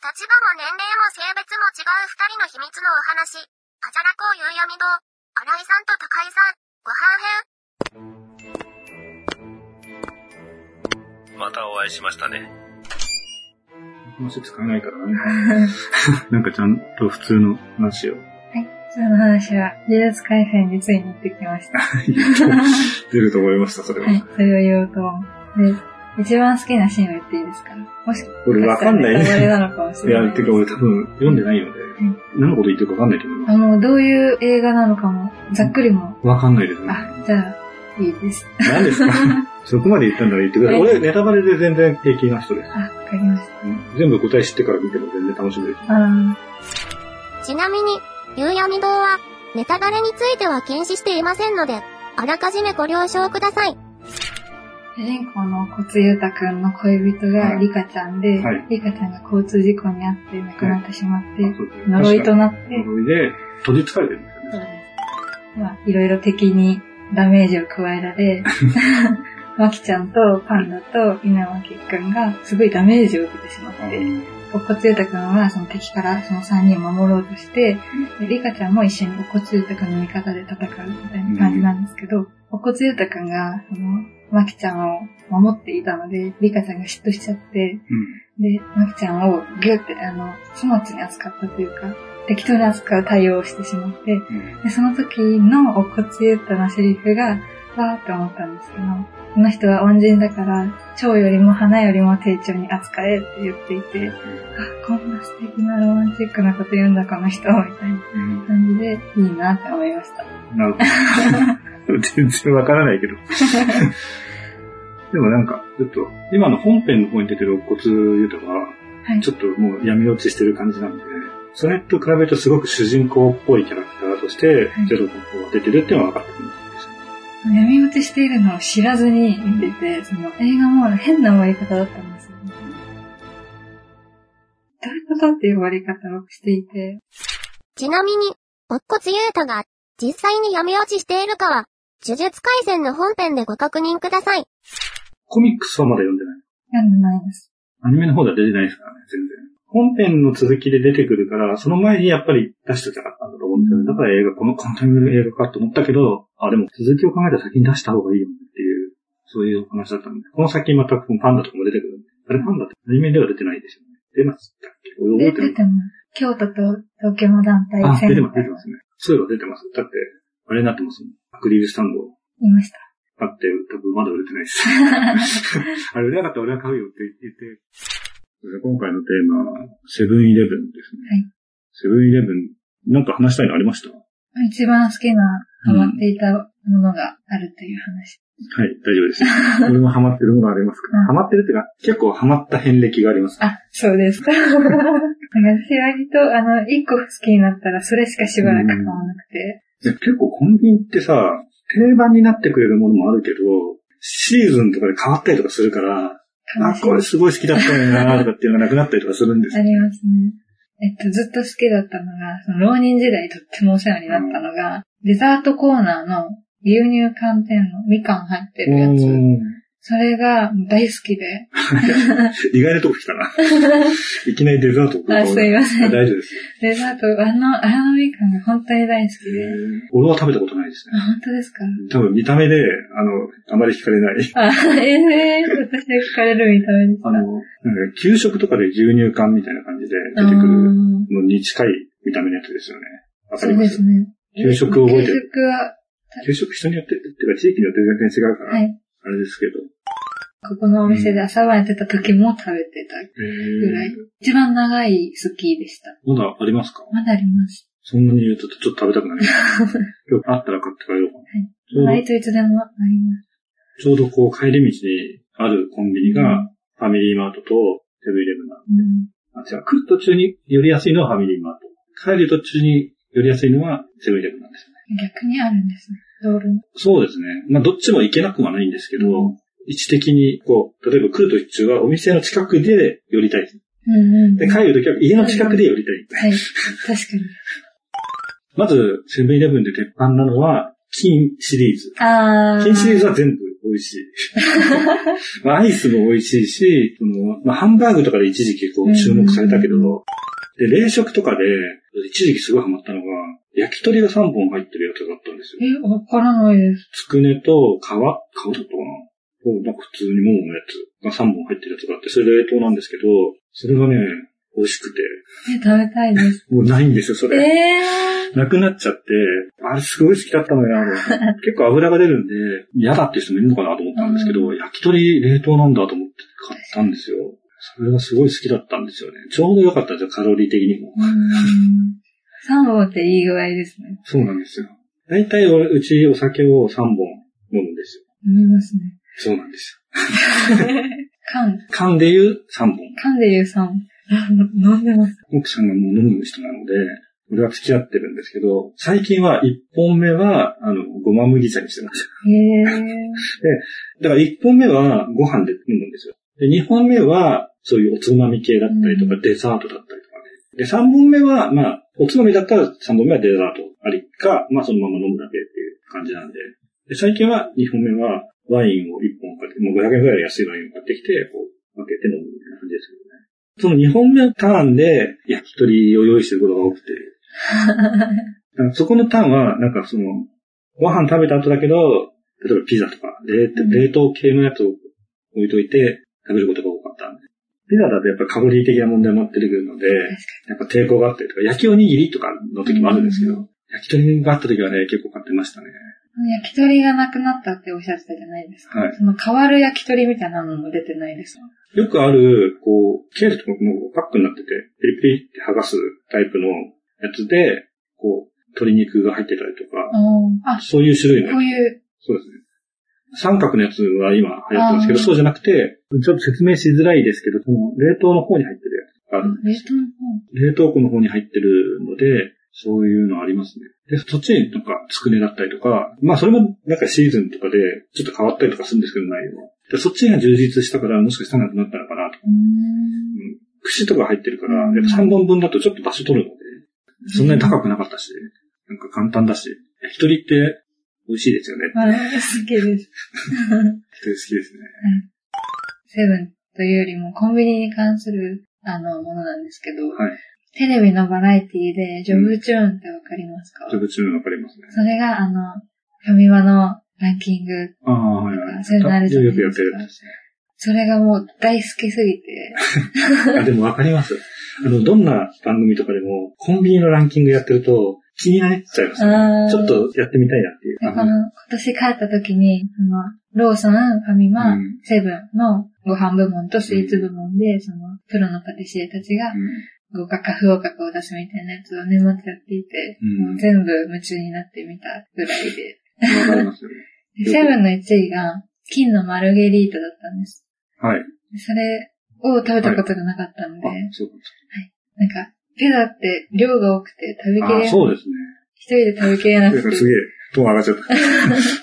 立場も年齢も性別も違う二人の秘密のお話。あじゃらこう夕闇堂。新井さんと高井さん、ご飯編。またお会いしましたね。この説考えから な。なんかちゃんと普通の 話を。その話は、呪術改戦についに行って きました。は出ると思いました、それは。い、それを言おうと思う。で、一番好きなシーンを言っていいですかもし俺わかんない。ネタバレいなのかもしれない。や、てか俺多分読んでないので、何のこと言ってるかわかんないと思いまあの、どういう映画なのかも、ざっくりも。す。わかんないですね。あ、じゃあ、いいです。何です かそこまで言ったんなら言ってください。はい俺、ネタバレで全然平気な人です。あ、わかりました。全部答え知ってから見ても全然楽しめる。あーちなみに、夕闇堂は、ネタバレについては禁止していませんので、あらかじめご了承ください。主人公の骨ゆうたくんの恋人はがいリカちゃんで、はいリカちゃんが交通事故に遭って亡くなってしまって、そうですね呪いとなって、確かに呪いで、閉じつかれてるんですよね。そうです。まあ、いろいろ敵にダメージを加えら れ、マキちゃんとパンダと稲巻くんがすごいダメージを受けてしまって、お骨ゆうたくんはその敵からその3人を守ろうとして、でリカちゃんも一緒にお骨ゆうたくんの味方で戦うみたいな感じなんですけど、お骨ゆうたくんがそのマキちゃんを守っていたので、リカちゃんが嫉妬しちゃって、で、マキちゃんをギュってあの、粗末に扱ったというか、適当に扱う対応をしてしまって、うん。うんで、その時のお骨ゆったのセリフが、わーって思ったんですけど、この人は恩人だから、蝶よりも花よりも丁重に扱えって言っていて、あ、こんな素敵なロマンチックなこと言うんだこの人、みたいなうん感じで、いいなって思いました。なるほど。全然わからないけど。でもなんか、ちょっと、今の本編の方に出てるお骨とかはいちょっともう闇落ちしてる感じなんで、それと比べるとすごく主人公っぽいキャラクターとしてはい、ちょっとこう出てるっていうのは分かってくるんですよ。闇落ちしているのを知らずに見てて、その映画も変な終わり方だったんですよね。どういうことっていう終わり方をしていて、ちなみに、乙骨優太が、実際に闇落ちしているかは、呪術廻戦の本編でご確認ください。コミックスはまだ読んでない。読んでないです。アニメの方では出てないですからね、全然。本編の続きで出てくるから、その前にやっぱり出しときたかったんだと思うんですよね。だから映画、この、このタイミングで映画かと思ったけど、あ、でも続きを考えたら先に出した方がいいよねっていう、そういうお話だったんで。この先またこのパンダとかも出てくるんで。あれパンダってアニメでは出てないでしょうね。出ましたっけ俺で、覚え出てても、京都と東京の団体ない。あ、戦出てます、出てますね。そういえば出てます。だって、あれになってますもん。アクリルスタンドいました。買って、多分まだ売れてないです。あれ売れなかったら俺は買うよって言って。今回のテーマは、セブンイレブンですね。はいセブンイレブン、なんか話したいのありましたは一番好きな、ハマっていたものがあるという話。い、大丈夫 です。俺もハマってるものありますかうんハマってるっていうか、結構ハマった遍歴があります。あ、そうですか。 なんか私割と、あの、一個好きになったら、それしかしばらく買わなくて。で結構コンビニってさ、定番になってくれるものもあるけど、シーズンとかで変わったりとかするから、あ、これ悲しい。すごい好きだったよなとかっていうのがなくなったりとかするんですあよ。りますね。えっと、ずっと好きだったのが、その浪人時代とってもお世話になったのが、デザートコーナーの牛乳寒天のみかん入ってるやうつ。んそれが大好きで、意外なとこ来たな。 いきなりデザートをあすいませんあ大丈夫ですよ。デザート、あの、あのみかんが本当に大好きで。俺は食べたことないですねあ、。本当ですか多分見た目で、あの、あまり惹かれない。あ、ええ私が聞かれる見た目でしあた。の、なんか給食とかで牛乳缶みたいな感じで出てくるあーのに近い見た目のやつですよね。わかそりうまですすね。給食を覚えてる給食は、給食人によって、っていうか地域によって全然違うから、はい。あれですけど。ここのお店で朝晩やってた時も食べてたぐらい。一番長いスキーでした。まだありますかまだあります。そんなに言うとちょっと食べたくなり ます。今日あったら買って帰ろうかな。割といつでもあります。ちょうど、ちょうどこう帰り道にあるコンビニが、ファミリーマートとセブンイレブンなんでうんあ、違う。来る途中に寄りやすいのはファミリーマート。帰る途中に寄りやすいのはセブンイレブンなんですよね。逆にあるんですね。道路に。そうですね。まあ、どっちも行けなくはないんですけど、うん位置的に、こう、例えば来る途中はお店の近くで寄りたい。うんうん。で、帰る時は家の近くで寄りたい。はい。確かに。まず、セブンイレブンで鉄板なのは、金シリーズ。あー。金シリーズは全部美味し い。まあアイスも美味しいし、そのまあ、ハンバーグとかで一時期こう注目されたけど、うんで、冷食とかで、一時期すごいハマったのが、焼き鳥が3本入ってるやつがあったんですよ。え、わからないです。つくねと皮、皮だったかなこうなんか普通にもものやつが3本入ってるやつがあって、それ冷凍なんですけど、それがね、美味しくて、え、食べた いです。もうないんですよ、それ。ええなくなっちゃって、あれすごい好きだったのよ、あれ。結構油が出るんで、嫌だっていう人もいるのかなと思ったんですけど、う焼き鳥冷凍なんだと思って買ったんですよ。それがすごい好きだったんですよね。ちょうどよかったんですよ、カロリー的にも。ー。うん。3本っていい具合ですね。そうなんですよ。大体俺、うちお酒を3本飲むんですよ。飲みますね。そうなんです缶、よ。缶で言う3本。缶で言う3本。あ 飲んでます。奥さんがもう飲む人なので、俺は付き合ってるんですけど、最近は1本目は、あの、ごま麦茶にしてます。ええだから1本目はご飯で飲むんですよ。で、2本目は、そういうおつまみ系だったりとか、うデザートだったりとかね。で、3本目は、まあ、おつまみだったら3本目はデザートありか、まあそのまま飲むだけっていう感じなんで。で、最近は2本目は、ワインを1本買って、もう500円くらいで安いワインを買ってきて、こう、開けて飲むみたいな感じですけどね。その2本目のターンで、焼き鳥を用意してることが多くて。だ からそこのターンは、なんかその、ご飯食べた後だけど、例えばピザとか、冷凍うん冷凍系のやつを置いといて食べることが多かったんで。ピザだとやっぱカロリー的な問題もあってくるので、やっぱ抵抗があったりとか、焼きおにぎりとかの時もあるんですけど、う焼き鳥があった時はね、結構買ってましたね。焼き鳥がなくなったっておっしゃってたじゃないですか。はいその変わる焼き鳥みたいなのも出てないですかよくある、こう、ケールとかもパックになってて、ピリピリって剥がすタイプのやつで、こう、鶏肉が入ってたりとか、あ、そういう種類のやつこういう、そうですね。三角のやつは今流行ってますけど、あーそうじゃなくて、ちょっと説明しづらいですけど、この冷凍の方に入ってるやつがあるんで冷す。凍の冷凍庫の方に入ってるので、そういうのありますね。で、そっちになんか、つくねだったりとか、まあそれもなんかシーズンとかでちょっと変わったりとかするんですけど、内容は。で、そっちが充実したから、もしかしたらなくなったのかなと。方。串とか入ってるから、やっぱ3本分だとちょっと場所取るので、そんなに高くなかったし、なんか簡単だし、一人って美味しいですよね。まあ、好きで一人す。好きですね。セブンというよりもコンビニに関する、あの、ものなんですけど、はい。テレビのバラエティで、ジョブチューンってわかりますか、ジョブチューンわかりますね。それが、あの、ファミマのランキング、ああ、はいはい。そういうのあるじゃないよくやっでてするかやつですそれがもう大好きすぎて、ね。あ、でもわかります。あの、どんな番組とかでも、コンビニのランキングやってると、気になっちゃいますあーね。ちょっとやってみたいなっていう。でこあのの、今年帰った時に、その、ローソン、ファミマ、うんセブンのご飯部門とスイーツ部門で、その、プロのパティシエたちう、がん合格、不合格を出すみたいなやつを年末やっていて、うんもう全部夢中になってみたぐらいで。わかりますよね。でセブンの1位が、金のマルゲリータだったんです。はい。でそれを食べたことがなかったので、あ、そうかなんか、ピザって量が多くて食べきあれー、なそうですね。一人で食べきれななんく かて、すげえ、トーン上がっちゃ った。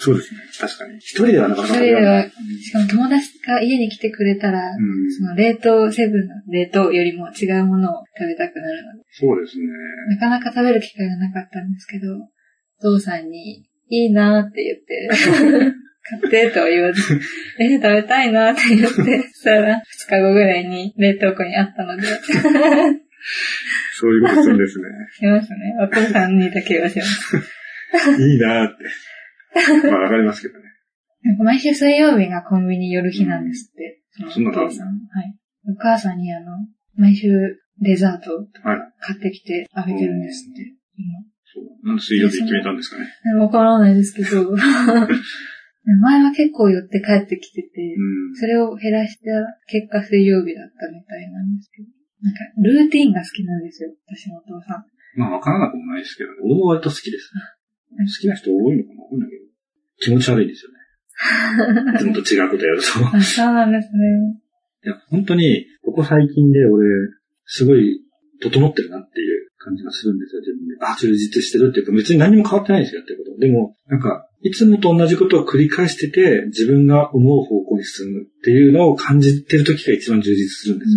そうですね。確かに。一人ではなかなかそれでは、しかも友達が家に来てくれたら、うん。その冷凍、セブンの冷凍よりも違うものを食べたくなるので、そうですね。なかなか食べる機会がなかったんですけど、お父さんに、いいなーって 言って、買ってとは言わず、え、食べたいなーって言って、そしたら、2日後ぐらいに冷凍庫にあっ たので、そういうことするんですね。しますね。お父さんにだけはします。いいなー って。まあ、わかりますけどね。なんか毎週水曜日がコンビニ寄る日なんですって、そのお父さん。はい。お母さんにあの、毎週デザートをはい。買ってきてあげてるんですって、今。そう。なんで水曜日に決めたんですかね。わからないですけ ど。前は結構寄って帰ってきてて、うん。それを減らした結果水曜日だったみたいなんですけど。なんか、ルーティンが好きなんですよ、私のお父さん。まあ、わからなくもないですけどね。俺も割と好きですね。好きな人多いのかなわかんないけど。気持ち悪いんですよ ね。いつもと違うことやると。あ、そうなんですね。いや、本当に、ここ最近で俺、すごい、整ってるなっていう感じがするんですよ、自分で。あ、充実してるっていうか、別に何も変わってないんですよ、やってること。でも、なんか、いつもと同じことを繰り返してて、自分が思う方向に進むっていうのを感じてる時が一番充実するんです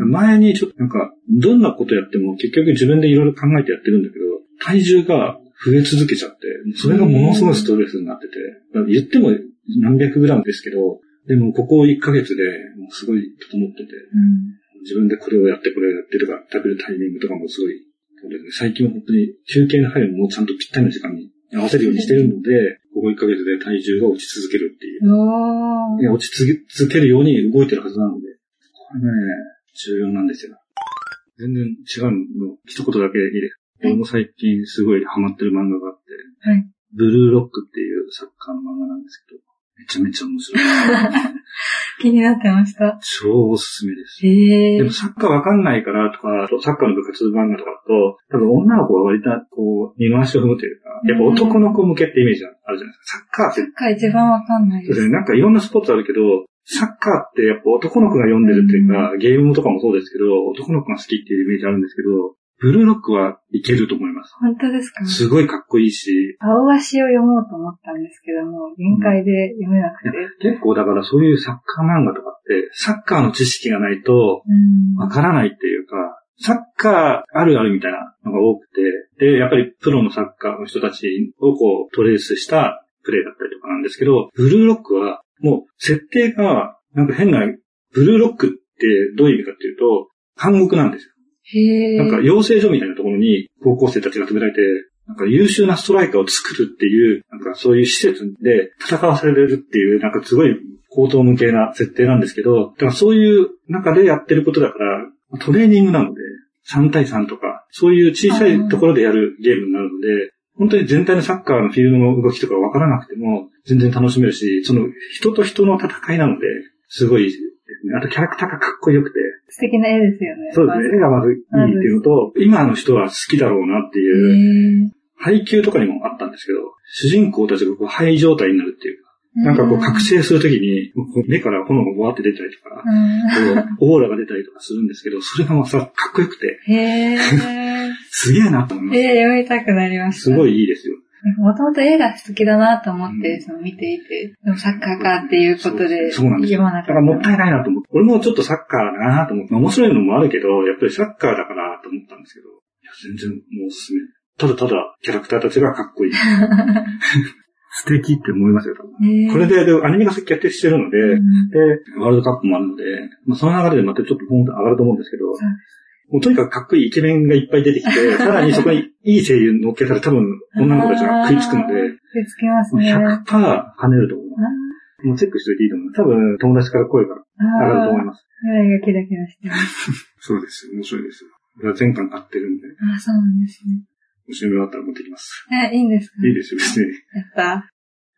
よ。前にちょっとなんか、どんなことやっても結局自分でいろいろ考えてやってるんだけど、体重が増え続けちゃって、それがものすごいストレスになってて、言っても何百グラムですけど、でもここ1ヶ月で、もうすごい整ってて、自分でこれをやってこれをやってとか、食べるタイミングとかもすごい、そうですね、最近は本当に休憩の入るのもちゃんとぴったりの時間に合わせるようにしてるので、ここ1ヶ月で体重が落ち続けるっていう。うん。おねー。落ち続けるように動いてるはずなので、これね、重要なんですよ。全然違うの、一言だけいいです。はい僕も最近すごいハマってる漫画があって、はいブルーロックっていうサッカーの漫画なんですけど、めちゃめちゃ面白 い。気になってました。超おすすめです。へえでも。サッカーわかんないからとか、あとサッカーの部活漫画とかだと、多分女の子は割とこう、見回しを踏むというか、やっぱ男の子向けってイメージあるじゃないですか。サッカーってなんか一番わかんないそうでですす。ね。なんかいろんなスポーツあるけど、サッカーってやっぱ男の子が読んでるっていうか、ゲームとかもそうですけど、男の子が好きっていうイメージあるんですけど、ブルーロックはいけると思います。本当ですかすごいかっこいいし、青足を読もうと思ったんですけども、限界で読めなくて。結構だからそういうサッカー漫画とかって、サッカーの知識がないとうん。わからないっていうか、サッカーあるあるみたいなのが多くて、で、やっぱりプロのサッカーの人たちをこうトレースしたプレーだったりとかなんですけど、ブルーロックはもう設定がなんか変な、ブルーロックってどういう意味かっていうと、監獄なんですよ。へえ。なんか養成所みたいなところに高校生たちが集められて、なんか優秀なストライカーを作るっていう、なんかそういう施設で戦わされるっていう、なんかすごい高等無形な設定なんですけど、だからそういう中でやってることだから、トレーニングなので、3対3とか、そういう小さいところでやるゲームになるので、本当に全体のサッカーのフィールドの動きとかわからなくても、全然楽しめるし、その人と人の戦いなので、すごいですね。あとキャラクターがかっこよくて、素敵な絵ですよね。そうですね。絵がまずいいっていうのと、今の人は好きだろうなっていう、ね。配給とかにもあったんですけど、主人公たちがこう灰状態になるっていうか、なんかこう覚し、醒するときに、こう目から炎がわーって出たりとか、うんこうオーラが出たりとかするんですけど、それがまさ、かっこよくて、へ ーすげえなと思いまえす。え読みたくなりました。すごい。いいいですよ。もともと絵が好きだなと思っうて、んその見ていて、でもサッカーかっていうことで、そうそうなんです読まなだかかっらた。もったいないなと思って、俺もちょっとサッカーだなと思って、面白いのもあるけど、やっぱりサッカーだからと思ったんですけど、いや、全然もうおすすめ。ただただ、キャラクターたちがかっ こいい。素敵って思いますよ、多分。これで、で、でアニメが決定してるのうで、んで、ワールドカップもあるので、まあ、その流れでまたちょっとポンと上がると思うんですけどそうで、もうとにかくかっこいいイケメンがいっぱい出てきて、さらにそこにいい声優乗っけたら多分女の子たちが食いつくので、食いつきますもうね。 100%跳ねると思います。もうチェックしておいていいと思います。多分友達から声が上がると思います。目がキラキラしてます。そうです。面白いですよ。俺は全巻買ってるんで、ああ、そうなんですもし読み終わったら持ってきます。ね。え、いいんですかいいですよ、別に。やった。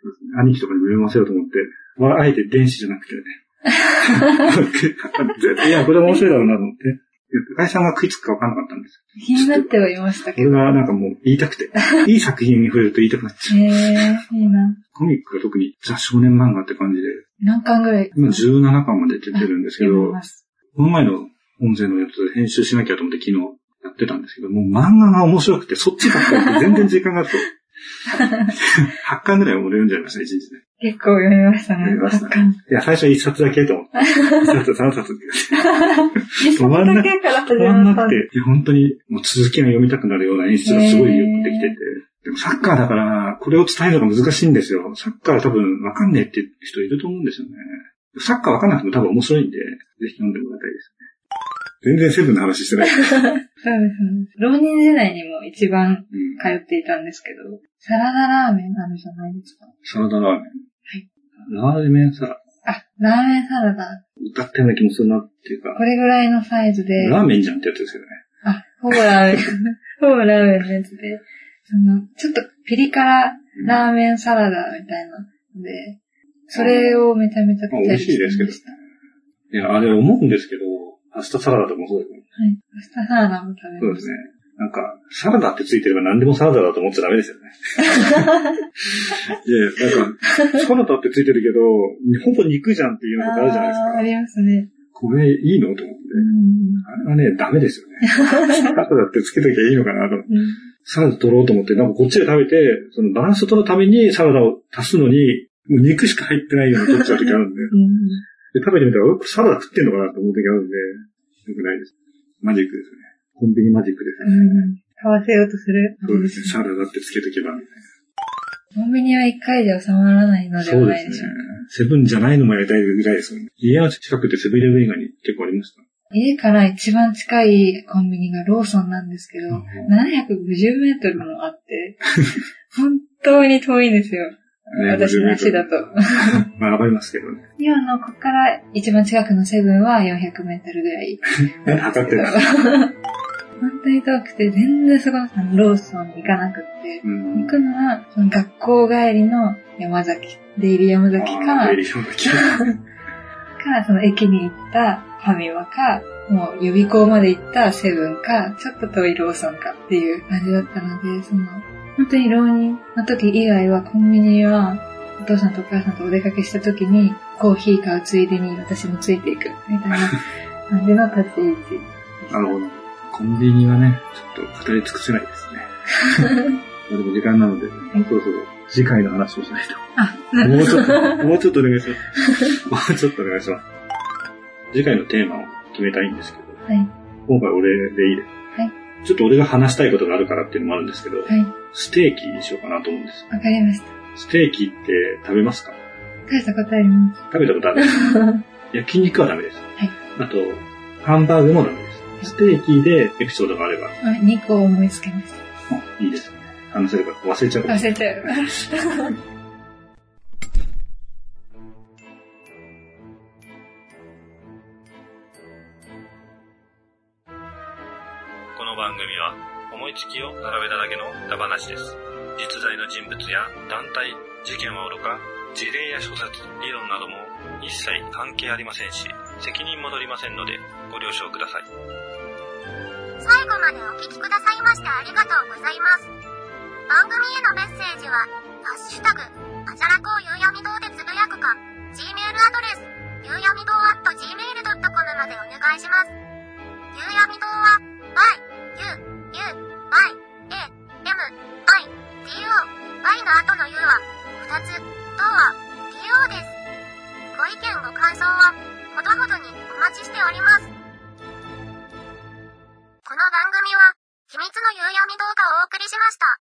そうですね兄貴とかにも読ませようと思って、はあえて電子じゃなくて ね。いや、これ面白いだろうなと思って。高井さんが食いつくか分かんなかったんです気になってはいましたけよ。ど。俺がなんかもう言いたくて、いい作品に触れると言いたくなっちゃへえ、いいな。う。コミックが特にザ少年漫画って感じで、何巻ぐらい今17巻まで出てるんですけ読みどま、すこの前の音声のやつで編集しなきゃと思って昨日やってたんですけど、もう漫画が面白くて、そっちばっかりで全然時間があって。8巻ぐらいは俺読んじゃいました、1日で。結構読みましたね。読みましたね八巻いや、最初1冊だけと思って。1冊、3冊って。止まんなくてから始終わんまなったくんでて、いや本当にもう続きが読みたくなるような演出がすごいよくできてて。でもサッカーだから、これを伝えるのが難しいんですよ。サッカー多分わかんねえって人いると思うんですよね。サッカーわかんなくても多分面白いんで、ぜひ読んでもらいたいですね。全然セブンの話してない。うそうですね。浪人時代にも一番ん通っていたんですけど、サラダラーメンあるじゃないですか。サラダラーメン。ラーメンサラあ、ラーメンサラダ。ダ、歌ったような気もするなっていうかこ、れぐらいのサイズで、ラーメンじゃんってやつですよね。あ、ほぼラーメン、ほぼラーメンのやつで、その、ちょっとピリ辛うんラーメンサラダみたいなので、それをめちゃめちゃ食べたりしてました。あ美味しいですいや、あれ思うんですけど、パスタサラダとかもそうですね。はい。パスタサラダも食べそうまでしすた。ね。なんか、サラダってついてれば何でもサラダだと思っちゃダメです よね。いやいや、なんか、サラダってついてるけど、ほぼ肉じゃんっていうのとかあるじゃないですあーあか。りますね。これいいのと思ってう。んあれはね、ダメですよ ね。サラダってつけときゃいいのかなと思って。うんサラダ取ろうと思って、なんかこっちで食べて、そのバランスを取るためにサラダを足すのに、もう肉しか入ってないような取っちゃう時あるんで。うんで、食べてみたら、おこれサラダ食ってんのかなと思う時あるんで、よくないです。マジックですよね。コンビニマジックですね。うん。買わせようとする。そうですね。サラダってつけとけば、みたいな。コンビニは一回じゃ収まらないのでそはうでないすでねしょうか。。セブンじゃないのもやりたいぐらいですよね。家の近くってセブンイレブン以外に結構ありました。家から一番近いコンビニがローソンなんですけど、うん750メートルもあって、本当に遠いんですよ。私の足だと。 50まあ、わかりますけどね。今のここから一番近くのセブンは400メートルぐらい。え測ってない。本当に遠くて、全然そこあのローソンに行かなくって。うん行。くのは、その学校帰りの山崎、出入り山崎あかーデイ、リー表記か、その駅に行ったファミマか、もう予備校まで行ったセブンか、ちょっと遠いローソンかっていう感じだったので、その、本当に浪人の時以外はコンビニは、お父さんとお母さんとお出かけした時に、コーヒー買うついでに私もついていく、みたいな感じの立ち位置。なるほど。コンビニはね、ちょっと語り尽くせないですね。 まあでも時間なので、そろそろ次回の話をしないと。 あ、なもるうちほょっど。と、もうちょっとお願いします。もうちょっとお願いします。次回のテーマを決めたいんですけど、はい。今回俺でいいです。はいちょっと俺が話したいことがあるからっていうのもあるんですけど、はい。ステーキにしようかなと思うんです。わかりました。ステーキって食べますか大したことあります。 食べたことあ る焼肉はダメです。いあと、ハンバーグもダメです。ステーキでエピソードがあれば、あ、2個思いつけました。いいですね。話せれば忘れちゃう。忘れちゃう。この番組は思いつきを並べただけの歌話です。実在の人物や団体、事件はおろか、事例や諸説、理論なども一切関係ありませんし、責任も取りませんのでご了承ください。最後までお聞きくださいましてありがとうございます。番組へのメッセージは、ハッシュタグ、あじゃらこうゆうやみ堂でつぶやくか、Gmail アドレス、ゆうやみ堂 at gmail.com までお願いします。ゆうやみ堂は、y, u, u, y, a, m, i, d, o, y の後の u は、2つ、とは、do です。ご意見ご感想は、ほどほどにお待ちしております。この番組は、秘密の夕闇動画をお送りしました。